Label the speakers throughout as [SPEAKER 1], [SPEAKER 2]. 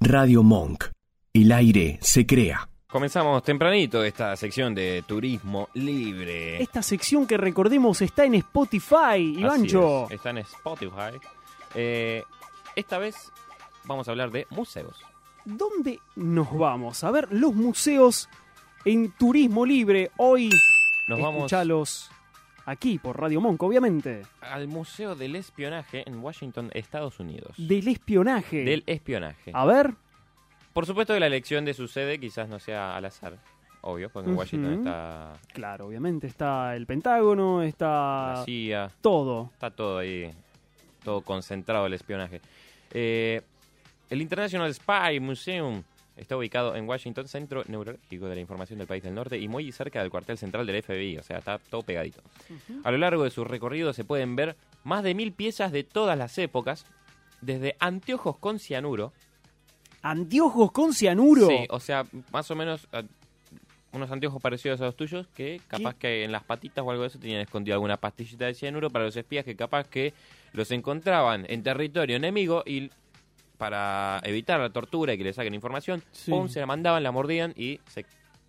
[SPEAKER 1] Radio Monk. El aire se crea.
[SPEAKER 2] Comenzamos tempranito esta sección de turismo libre.
[SPEAKER 3] Esta sección que recordemos está en Spotify,
[SPEAKER 2] Eh.
[SPEAKER 3] Ivancho.
[SPEAKER 2] Así es, Está en Spotify. Eh, esta vez vamos a hablar de museos.
[SPEAKER 3] ¿Dónde nos vamos? A ver, los museos en turismo libre. Hoy
[SPEAKER 2] Nos vamos
[SPEAKER 3] escuchalos aquí por Radio Monk, obviamente.
[SPEAKER 2] al Museo del Espionaje en Washington, Estados Unidos.
[SPEAKER 3] Del espionaje.
[SPEAKER 2] Del espionaje.
[SPEAKER 3] A ver,
[SPEAKER 2] Por supuesto que la elección de su sede quizás no sea al azar. Obvio, porque en Washington
[SPEAKER 3] Ujú.
[SPEAKER 2] está
[SPEAKER 3] claro, obviamente está el Pentágono, está
[SPEAKER 2] la CIA,
[SPEAKER 3] todo.
[SPEAKER 2] Está todo ahí, todo concentrado el espionaje. Eh, el International Spy Museum está ubicado en Washington, centro neurológico de la información del país del norte y muy cerca del cuartel central del FBI, o sea, está todo pegadito. A lo largo de su recorrido se pueden ver más de mil piezas de todas las épocas, desde anteojos con cianuro,
[SPEAKER 3] Anteojos con cianuro.
[SPEAKER 2] Sí, o sea, más o menos eh, unos anteojos parecidos a los tuyos que capaz que en las patitas o algo de eso tenían escondido alguna pastillita de cianuro para los espías que capaz que los encontraban en territorio enemigo y para evitar la tortura y que le saquen información,
[SPEAKER 3] Sí.
[SPEAKER 2] pum, se la mandaban, la mordían y se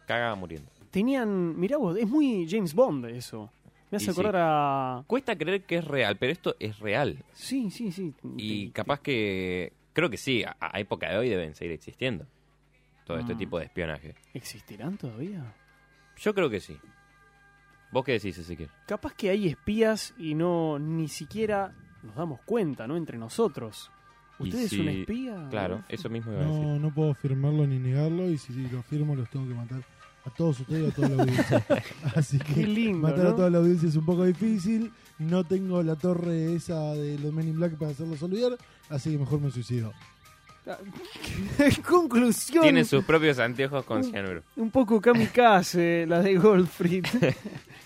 [SPEAKER 2] cagaba muriendo.
[SPEAKER 3] Tenían, mirá vos, es muy James Bond eso. Me
[SPEAKER 2] Y sí.
[SPEAKER 3] hace acordar a...
[SPEAKER 2] Cuesta creer que es real, pero esto es real.
[SPEAKER 3] Sí, sí, sí.
[SPEAKER 2] Y
[SPEAKER 3] Te-
[SPEAKER 2] capaz que, creo que sí, a, a época de hoy deben seguir existiendo todo este
[SPEAKER 3] Mm.
[SPEAKER 2] tipo de espionaje.
[SPEAKER 3] ¿Existirán todavía?
[SPEAKER 2] Yo creo que sí. ¿Vos qué decís, Ezequiel?
[SPEAKER 3] Capaz que hay espías y no ni siquiera nos damos cuenta, ¿no? Entre nosotros.
[SPEAKER 2] Y
[SPEAKER 3] ¿Usted es
[SPEAKER 2] si-
[SPEAKER 3] un espía?
[SPEAKER 2] Claro, eso mismo iba a decir.
[SPEAKER 4] No, no puedo firmarlo ni negarlo y si lo firmo los tengo que matar a todos ustedes y a toda la audiencia. Así
[SPEAKER 3] Qué
[SPEAKER 4] que
[SPEAKER 3] lindo,
[SPEAKER 4] matar a
[SPEAKER 3] ¿no?
[SPEAKER 4] toda la audiencia es un poco difícil. No tengo la torre esa de los Men in Black para hacerlos olvidar, así que mejor me suicido.
[SPEAKER 3] Conclusión.
[SPEAKER 2] Tiene sus propios anteojos con cianuro.
[SPEAKER 3] Un poco kamikaze, la de Goldfried.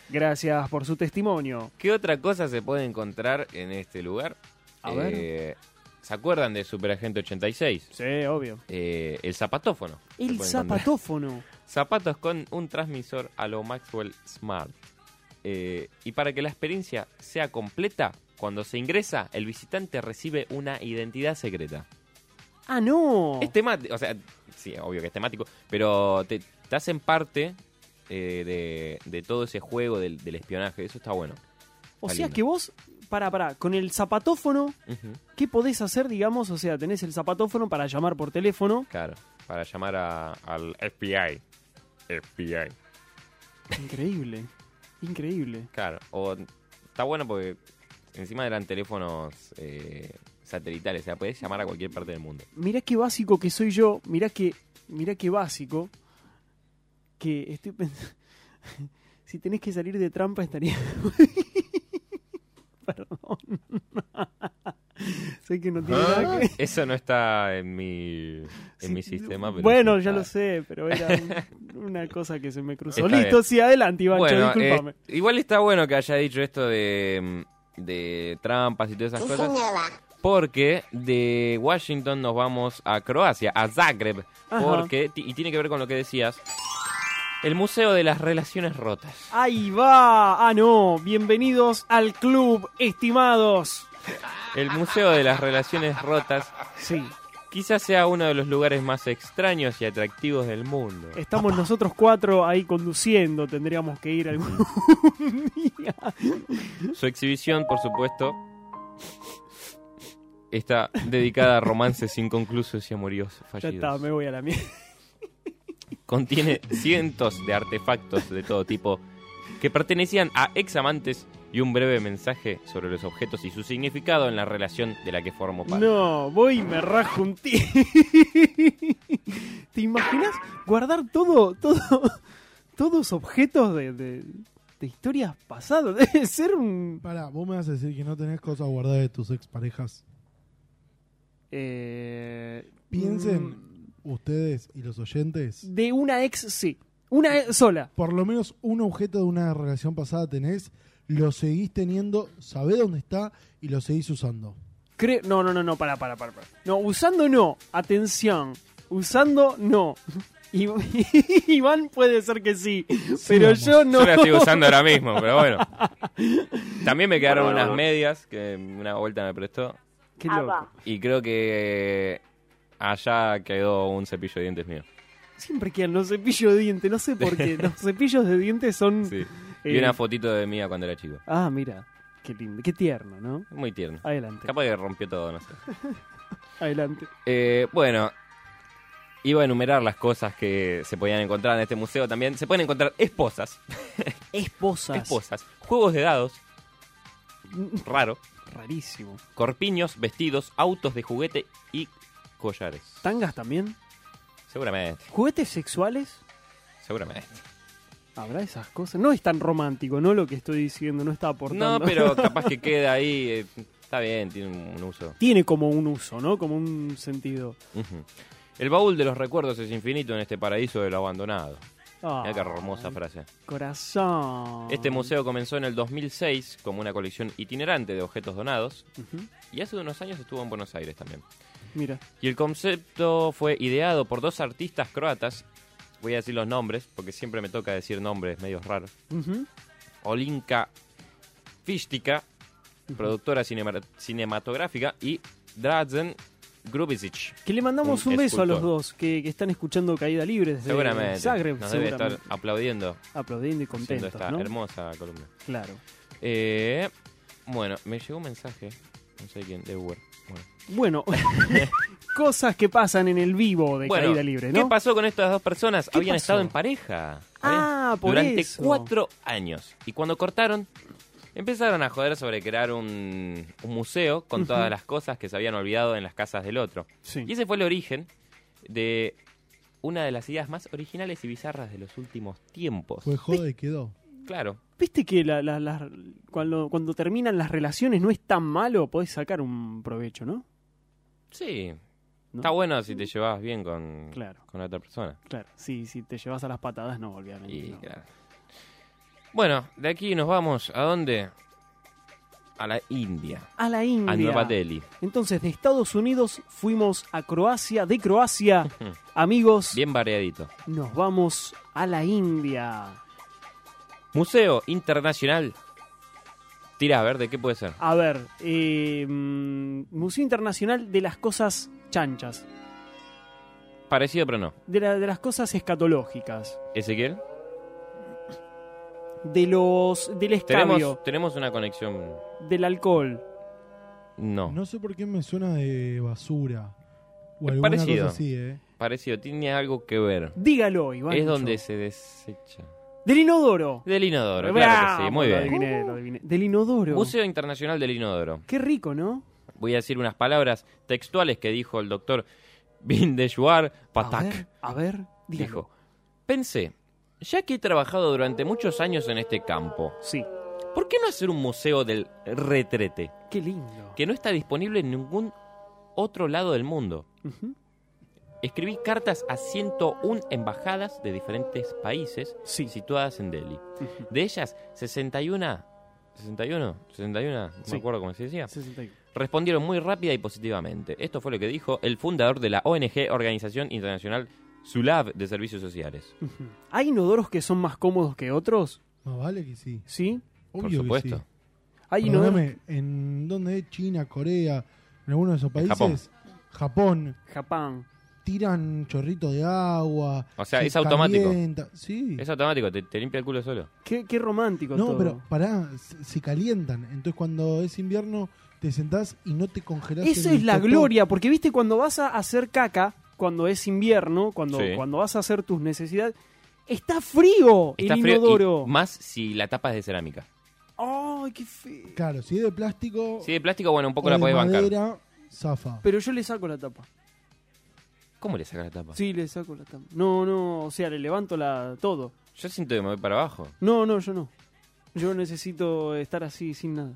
[SPEAKER 3] Gracias por su testimonio.
[SPEAKER 2] ¿Qué otra cosa se puede encontrar en este lugar?
[SPEAKER 3] A ver.
[SPEAKER 2] Eh, ¿Se acuerdan de Superagente 86?
[SPEAKER 3] Sí, obvio.
[SPEAKER 2] Eh, el zapatófono. se
[SPEAKER 3] El
[SPEAKER 2] puede encontrar.
[SPEAKER 3] zapatófono.
[SPEAKER 2] Zapatos con un transmisor a lo Maxwell Smart. Eh, y para que la experiencia sea completa, cuando se ingresa, el visitante recibe una identidad secreta.
[SPEAKER 3] ¡Ah, no!
[SPEAKER 2] Es temático, o sea, sí, obvio que es temático, pero te, te hacen parte eh, de, de todo ese juego del, del espionaje, eso está bueno.
[SPEAKER 3] o
[SPEAKER 2] está
[SPEAKER 3] sea
[SPEAKER 2] lindo.
[SPEAKER 3] que vos, para, para, con el zapatófono,
[SPEAKER 2] Ujú,
[SPEAKER 3] ¿qué podés hacer, digamos? O sea, tenés el zapatófono para llamar por teléfono.
[SPEAKER 2] Claro, para llamar a- al FBI. FBI.
[SPEAKER 3] Increíble. Increíble.
[SPEAKER 2] Claro, o está bueno porque encima eran teléfonos eh, satelitales, o sea, puedes llamar a cualquier parte del mundo.
[SPEAKER 3] Mirá qué básico que soy yo. Mirá que, mirá qué básico. Que estoy pensando. si tenés que salir de trampa, estaría. Perdón. sé que no tiene nada que.
[SPEAKER 2] Eso no está en mi, en
[SPEAKER 3] Sí,
[SPEAKER 2] Ah. mi sistema. Pero
[SPEAKER 3] bueno,
[SPEAKER 2] sí Ah,
[SPEAKER 3] ya
[SPEAKER 2] está.
[SPEAKER 3] lo sé, pero era un- una cosa que se me cruzó.
[SPEAKER 2] Está
[SPEAKER 3] Listo,
[SPEAKER 2] bien.
[SPEAKER 3] sí, adelante, Ivancho,
[SPEAKER 2] Bueno,
[SPEAKER 3] discúlpame.
[SPEAKER 2] eh, igual está bueno que haya dicho esto de, mm, de trampas y todas esas cosas. Porque de Washington nos vamos a Croacia, a Zagreb.
[SPEAKER 3] Ajá.
[SPEAKER 2] Porque, ti- y tiene que ver con lo que decías, el Museo de las Relaciones Rotas.
[SPEAKER 3] Ahí va. Ah, no. Bienvenidos al club, estimados.
[SPEAKER 2] El Museo de las Relaciones Rotas
[SPEAKER 3] Sí,
[SPEAKER 2] quizás sea uno de los lugares más extraños y atractivos del mundo.
[SPEAKER 3] Estamos nosotros cuatro ahí conduciendo, tendríamos que ir algún día.
[SPEAKER 2] Su exhibición, por supuesto, está dedicada a romances inconclusos y amoríos
[SPEAKER 3] Ya
[SPEAKER 2] fallidos.
[SPEAKER 3] está, me voy a la mierda.
[SPEAKER 2] contiene cientos de artefactos de todo tipo que pertenecían a ex amantes y un breve mensaje sobre los objetos y su significado en la relación de la que formó parte.
[SPEAKER 3] No, voy y me rajo un ti. ¿Te imaginas guardar todo, todo, todos objetos de, de- de historias pasadas? Debe ser un...
[SPEAKER 4] Pará, vos me vas a decir que no tenés cosas guardadas de tus exparejas.
[SPEAKER 3] eh, mm,
[SPEAKER 4] Piensen. Ustedes y los oyentes,
[SPEAKER 3] De una ex, sí. Una ex sola.
[SPEAKER 4] por lo menos un objeto de una relación pasada tenés, lo seguís teniendo, sabés dónde está y lo seguís usando.
[SPEAKER 3] Cre- no, no, no, no, para, para, para, para. No, usando no, atención. Usando no. Y- Iván puede ser que sí, pero
[SPEAKER 4] vamos.
[SPEAKER 3] yo no.
[SPEAKER 2] Yo la estoy usando ahora mismo, pero bueno. También me quedaron unas medias que una vuelta me prestó
[SPEAKER 3] Qué loco.
[SPEAKER 2] y creo que Allá quedó un cepillo de dientes mío.
[SPEAKER 3] Siempre quedan los cepillos de dientes, no sé por qué. Los cepillos de dientes son.
[SPEAKER 2] Sí.
[SPEAKER 3] eh,
[SPEAKER 2] Y una fotito de mía cuando era chico.
[SPEAKER 3] Ah, mira. Qué lindo, qué tierno, ¿no?
[SPEAKER 2] Muy tierno.
[SPEAKER 3] Adelante,
[SPEAKER 2] Capaz que rompió todo, no sé.
[SPEAKER 3] adelante.
[SPEAKER 2] Eh, bueno, iba a enumerar las cosas que se podían encontrar en este museo también. Se pueden encontrar esposas,
[SPEAKER 3] Esposas.
[SPEAKER 2] esposas, juegos de dados, raro,
[SPEAKER 3] Rarísimo.
[SPEAKER 2] corpiños, vestidos, autos de juguete y collares.
[SPEAKER 3] ¿Tangas también?
[SPEAKER 2] Seguramente,
[SPEAKER 3] ¿Juguetes sexuales?
[SPEAKER 2] seguramente.
[SPEAKER 3] ¿Habrá esas cosas? No es tan romántico, ¿no? Lo que estoy diciendo, no está aportando.
[SPEAKER 2] No, pero capaz que queda ahí. eh, está bien, tiene un, un uso.
[SPEAKER 3] Tiene como un uso, ¿no? Como un sentido.
[SPEAKER 2] Ujú. El baúl de los recuerdos es infinito en este paraíso de lo abandonado. Mirá qué
[SPEAKER 3] Ah,
[SPEAKER 2] hermosa frase.
[SPEAKER 3] Corazón.
[SPEAKER 2] Este museo comenzó en el 2006 como una colección itinerante de objetos donados
[SPEAKER 3] Ujú.
[SPEAKER 2] y hace unos años estuvo en Buenos Aires también.
[SPEAKER 3] Mira,
[SPEAKER 2] Y el concepto fue ideado por dos artistas croatas, voy a decir los nombres porque siempre me toca decir nombres medios raros,
[SPEAKER 3] Ujú.
[SPEAKER 2] Olinka Fistika, productora cinema- cinematográfica, y Drazen Grubicic.
[SPEAKER 3] que le mandamos
[SPEAKER 2] Un
[SPEAKER 3] un, beso a los
[SPEAKER 2] Mm, escultor.
[SPEAKER 3] dos que, que están escuchando Caída Libre desde
[SPEAKER 2] Seguramente
[SPEAKER 3] Zagreb,
[SPEAKER 2] nos debe estar
[SPEAKER 3] seguramente.
[SPEAKER 2] aplaudiendo
[SPEAKER 3] aplaudiendo y
[SPEAKER 2] haciendo
[SPEAKER 3] contentos,
[SPEAKER 2] esta
[SPEAKER 3] ¿no?
[SPEAKER 2] hermosa columna.
[SPEAKER 3] Claro.
[SPEAKER 2] Eh, bueno, me llegó un mensaje, no sé quién, de Uber. Bueno.
[SPEAKER 3] Bueno, cosas que pasan en el vivo de
[SPEAKER 2] Bueno,
[SPEAKER 3] Caída Libre, ¿no?
[SPEAKER 2] ¿Qué pasó con estas dos personas?
[SPEAKER 3] ¿Qué
[SPEAKER 2] Habían
[SPEAKER 3] pasó?
[SPEAKER 2] estado en pareja.
[SPEAKER 3] Ah,
[SPEAKER 2] Habían-
[SPEAKER 3] por
[SPEAKER 2] Durante
[SPEAKER 3] eso.
[SPEAKER 2] cuatro años. Y cuando cortaron, empezaron a joder sobre crear un, un museo con
[SPEAKER 3] Ujú.
[SPEAKER 2] todas las cosas que se habían olvidado en las casas del otro.
[SPEAKER 3] Sí.
[SPEAKER 2] Y ese fue el origen de una de las ideas más originales y bizarras de los últimos tiempos.
[SPEAKER 3] Pues-
[SPEAKER 4] Fue joda y quedó.
[SPEAKER 2] Claro.
[SPEAKER 3] ¿Viste que la- la- la- cuando, cuando terminan las relaciones no es tan malo? Podés sacar un provecho, ¿no?
[SPEAKER 2] Sí.
[SPEAKER 3] ¿No?
[SPEAKER 2] Está bueno si te llevas bien con,
[SPEAKER 3] Claro.
[SPEAKER 2] con la otra persona.
[SPEAKER 3] Claro, sí, si te llevas a las patadas, no, obviamente.
[SPEAKER 2] Y,
[SPEAKER 3] no.
[SPEAKER 2] claro. Bueno, de aquí nos vamos. ¿A dónde? A la India.
[SPEAKER 3] A la India.
[SPEAKER 2] A Nueva Delhi.
[SPEAKER 3] Entonces, de Estados Unidos fuimos a Croacia. De Croacia, amigos,
[SPEAKER 2] Bien variadito.
[SPEAKER 3] nos vamos a la India.
[SPEAKER 2] Museo Internacional. Tira, a ver, ¿de qué puede ser?
[SPEAKER 3] A ver, eh, mm, Museo Internacional de las Cosas Chanchas,
[SPEAKER 2] Parecido, pero no.
[SPEAKER 3] de, la- de las cosas escatológicas,
[SPEAKER 2] Ezequiel,
[SPEAKER 3] de los, del escabio,
[SPEAKER 2] tenemos, tenemos una conexión.
[SPEAKER 3] del alcohol.
[SPEAKER 2] No,
[SPEAKER 4] No sé por qué me suena de basura. O
[SPEAKER 2] Es
[SPEAKER 4] alguna
[SPEAKER 2] parecido.
[SPEAKER 4] cosa así, ¿eh?
[SPEAKER 2] parecido, tiene algo que ver.
[SPEAKER 3] Dígalo, Iván.
[SPEAKER 2] es donde se desecha.
[SPEAKER 3] Del inodoro.
[SPEAKER 2] Del inodoro, claro que sí,
[SPEAKER 3] Vamos,
[SPEAKER 2] muy
[SPEAKER 3] lo
[SPEAKER 2] bien.
[SPEAKER 3] adiviné, lo adiviné. Del inodoro.
[SPEAKER 2] Museo Internacional del Inodoro.
[SPEAKER 3] Qué rico, ¿no?
[SPEAKER 2] Voy a decir unas palabras textuales que dijo el doctor Bindeshwar
[SPEAKER 3] A
[SPEAKER 2] Patak.
[SPEAKER 3] ver, a ver, dígalo.
[SPEAKER 2] Dijo, pensé, ya que he trabajado durante muchos años en este campo,
[SPEAKER 3] Sí,
[SPEAKER 2] ¿por qué no hacer un museo del retrete?
[SPEAKER 3] qué lindo.
[SPEAKER 2] Que no está disponible en ningún otro lado del mundo.
[SPEAKER 3] Ujú.
[SPEAKER 2] Escribí cartas a 101 embajadas de diferentes países
[SPEAKER 3] Sí.
[SPEAKER 2] situadas en Delhi.
[SPEAKER 3] Ujú.
[SPEAKER 2] De ellas, 61... 61, 61, no
[SPEAKER 3] Sí.
[SPEAKER 2] me acuerdo cómo se decía.
[SPEAKER 3] 61.
[SPEAKER 2] Respondieron muy rápida y positivamente. Esto fue lo que dijo el fundador de la ONG Organización Internacional Sulab de Servicios Sociales.
[SPEAKER 3] Ujú. ¿Hay inodoros que son más cómodos que otros?
[SPEAKER 4] Más vale que sí.
[SPEAKER 3] ¿Sí?
[SPEAKER 4] Obvio
[SPEAKER 2] Por
[SPEAKER 4] que
[SPEAKER 2] supuesto.
[SPEAKER 4] sí.
[SPEAKER 3] Hay inodoros.
[SPEAKER 4] Perdóname, ¿en dónde es? China, Corea, en alguno de esos países?
[SPEAKER 2] Japón.
[SPEAKER 4] Japón,
[SPEAKER 3] Japón.
[SPEAKER 4] tiran chorrito de agua.
[SPEAKER 2] O sea,
[SPEAKER 4] se
[SPEAKER 2] es automático.
[SPEAKER 4] calienta. Sí.
[SPEAKER 2] Es automático, te, te limpia el culo solo.
[SPEAKER 3] Qué, qué romántico
[SPEAKER 4] no,
[SPEAKER 3] todo.
[SPEAKER 4] pero pará, se, se calientan. Entonces cuando es invierno te sentás y no te congelás.
[SPEAKER 3] Eso
[SPEAKER 4] el
[SPEAKER 3] es la
[SPEAKER 4] hisopor.
[SPEAKER 3] gloria, porque viste, cuando vas a hacer caca, cuando es invierno, cuando,
[SPEAKER 2] Sí.
[SPEAKER 3] cuando vas a hacer tus necesidades, está frío
[SPEAKER 2] Está
[SPEAKER 3] el
[SPEAKER 2] frío y
[SPEAKER 3] inodoro.
[SPEAKER 2] más si la tapa es de cerámica.
[SPEAKER 3] ¡Ay, qué feo!
[SPEAKER 4] Claro, si es de plástico
[SPEAKER 2] Si de plástico, bueno, un poco
[SPEAKER 4] o
[SPEAKER 2] la
[SPEAKER 4] de
[SPEAKER 2] podés bancar.
[SPEAKER 4] madera, zafa.
[SPEAKER 3] Pero yo le saco la tapa.
[SPEAKER 2] ¿Cómo le sacas la tapa?
[SPEAKER 3] Sí, le saco la tapa. No, no, o sea, le levanto la todo.
[SPEAKER 2] Yo siento que me voy para abajo.
[SPEAKER 3] No, no, yo no. Yo necesito estar así sin nada.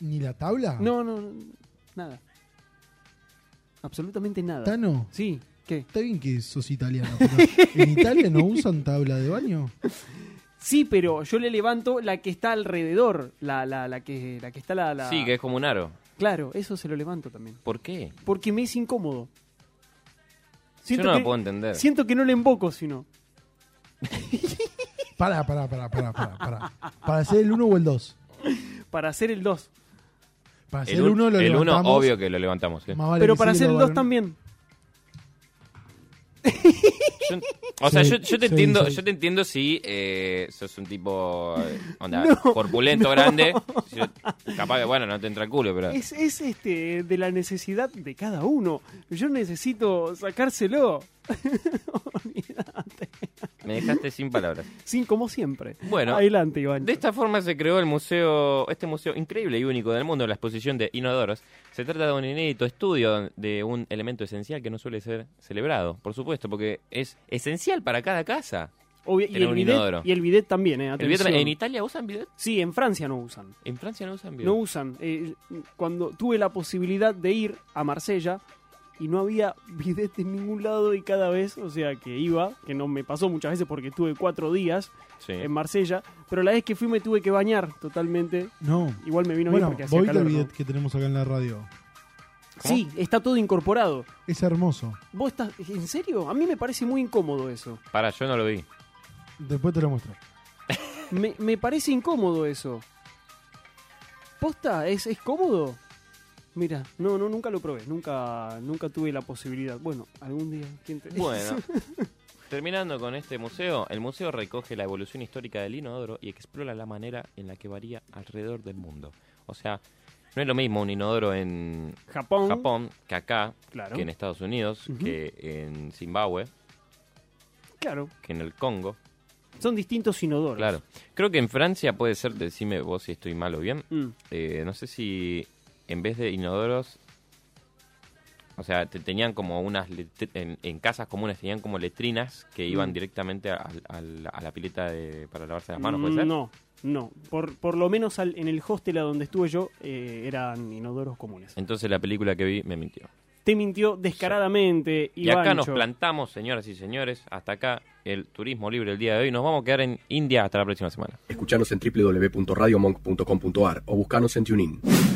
[SPEAKER 4] ¿Ni la tabla?
[SPEAKER 3] No, no, no, nada. Absolutamente nada.
[SPEAKER 4] Tano,
[SPEAKER 3] Sí, ¿qué?
[SPEAKER 4] está bien que sos italiano, pero ¿en Italia no usan tabla de baño?
[SPEAKER 3] Sí, pero yo le levanto la que está alrededor, la, la, la que, la que está la, la-
[SPEAKER 2] Sí, que es como un aro.
[SPEAKER 3] Claro, eso se lo levanto también.
[SPEAKER 2] ¿Por qué?
[SPEAKER 3] Porque me es incómodo.
[SPEAKER 2] Yo no
[SPEAKER 3] que,
[SPEAKER 2] lo puedo entender.
[SPEAKER 3] siento que no le emboco, sino.
[SPEAKER 4] Pará, pará, pará, pará, pará, pará. Para hacer el 1 o el 2.
[SPEAKER 3] Para hacer el 2.
[SPEAKER 4] Para hacer
[SPEAKER 2] El
[SPEAKER 4] el
[SPEAKER 2] un-
[SPEAKER 4] 1 lo
[SPEAKER 2] el uno,
[SPEAKER 4] levantamos.
[SPEAKER 2] obvio que lo levantamos. sí.
[SPEAKER 4] más vale
[SPEAKER 3] pero
[SPEAKER 4] que
[SPEAKER 3] para
[SPEAKER 4] sí,
[SPEAKER 3] hacer
[SPEAKER 4] lo
[SPEAKER 3] el 2
[SPEAKER 4] varon-
[SPEAKER 3] también.
[SPEAKER 2] yo- o sea,
[SPEAKER 4] Sí,
[SPEAKER 2] yo, yo te
[SPEAKER 4] sí,
[SPEAKER 2] entiendo,
[SPEAKER 4] sí.
[SPEAKER 2] yo te entiendo si eh, sos un tipo eh, onda,
[SPEAKER 3] No,
[SPEAKER 2] corpulento,
[SPEAKER 3] no.
[SPEAKER 2] grande. Yo- capaz que, bueno, no te entra el culo, pero...
[SPEAKER 3] Es, es este de la necesidad de cada uno. Yo necesito sacárselo. Olvídate.
[SPEAKER 2] Me dejaste sin palabras.
[SPEAKER 3] Sí, como siempre.
[SPEAKER 2] Bueno,
[SPEAKER 3] Adelante, Iván.
[SPEAKER 2] De esta forma se creó el museo, este museo increíble y único del mundo, la exposición de inodoros. Se trata de un inédito estudio de un elemento esencial que no suele ser celebrado, por supuesto, porque es esencial para cada casa.
[SPEAKER 3] Obvio, y,
[SPEAKER 2] Tener
[SPEAKER 3] el
[SPEAKER 2] un
[SPEAKER 3] bidet,
[SPEAKER 2] inodoro.
[SPEAKER 3] y el bidet también, ¿eh?
[SPEAKER 2] El bidet-
[SPEAKER 3] atención.
[SPEAKER 2] en Italia usan bidet,
[SPEAKER 3] Sí, en Francia no usan.
[SPEAKER 2] en Francia no usan bidet.
[SPEAKER 3] No usan. Eh, cuando tuve la posibilidad de ir a Marsella y no había bidet en ningún lado y cada vez, o sea, que iba, que no me pasó muchas veces porque estuve cuatro días
[SPEAKER 2] Sí.
[SPEAKER 3] en Marsella, pero la vez que fui me tuve que bañar totalmente.
[SPEAKER 4] No.
[SPEAKER 3] Igual me vino bien
[SPEAKER 4] Bueno,
[SPEAKER 3] porque hacía
[SPEAKER 4] voy
[SPEAKER 3] calor.
[SPEAKER 4] el
[SPEAKER 3] ¿no?
[SPEAKER 4] bidet que tenemos acá en la radio.
[SPEAKER 2] ¿Cómo?
[SPEAKER 3] Sí, está todo incorporado.
[SPEAKER 4] Es hermoso.
[SPEAKER 3] ¿Vos estás en serio? A mí me parece muy incómodo eso.
[SPEAKER 2] Para, yo no lo vi.
[SPEAKER 4] Después te lo muestro.
[SPEAKER 3] Me, me parece incómodo eso. ¿Posta? ¿Es, es cómodo? Mira, no, no, nunca lo probé, nunca, nunca tuve la posibilidad. Bueno, algún día, ¿quién te-
[SPEAKER 2] Bueno. Terminando con este museo, el museo recoge la evolución histórica del inodoro y explora la manera en la que varía alrededor del mundo. O sea, no es lo mismo un inodoro en
[SPEAKER 3] Japón,
[SPEAKER 2] Japón que acá,
[SPEAKER 3] claro,
[SPEAKER 2] que en Estados Unidos,
[SPEAKER 3] Ujú.
[SPEAKER 2] que en Zimbabue,
[SPEAKER 3] claro,
[SPEAKER 2] que en el Congo.
[SPEAKER 3] son distintos inodoros.
[SPEAKER 2] Claro. Creo que en Francia puede ser, decime vos si estoy mal o bien,
[SPEAKER 3] Mm.
[SPEAKER 2] eh, no sé si en vez de inodoros, o sea, te tenían como unas, letr- en, en casas comunes tenían como letrinas que iban
[SPEAKER 3] Mm.
[SPEAKER 2] directamente al- al- a la pileta de- para lavarse las manos, ¿puede ser?
[SPEAKER 3] Mm, No, no, por, por lo menos al- en el hostel a donde estuve yo eh, eran inodoros comunes.
[SPEAKER 2] Entonces la película que vi me mintió.
[SPEAKER 3] Te mintió descaradamente,
[SPEAKER 2] Y acá nos
[SPEAKER 3] Ivancho.
[SPEAKER 2] plantamos, señoras y señores, hasta acá el turismo libre el día de hoy. Nos vamos a quedar en India hasta la próxima semana.
[SPEAKER 5] Escuchanos en www.radiomonk.com.ar o buscanos en TuneIn.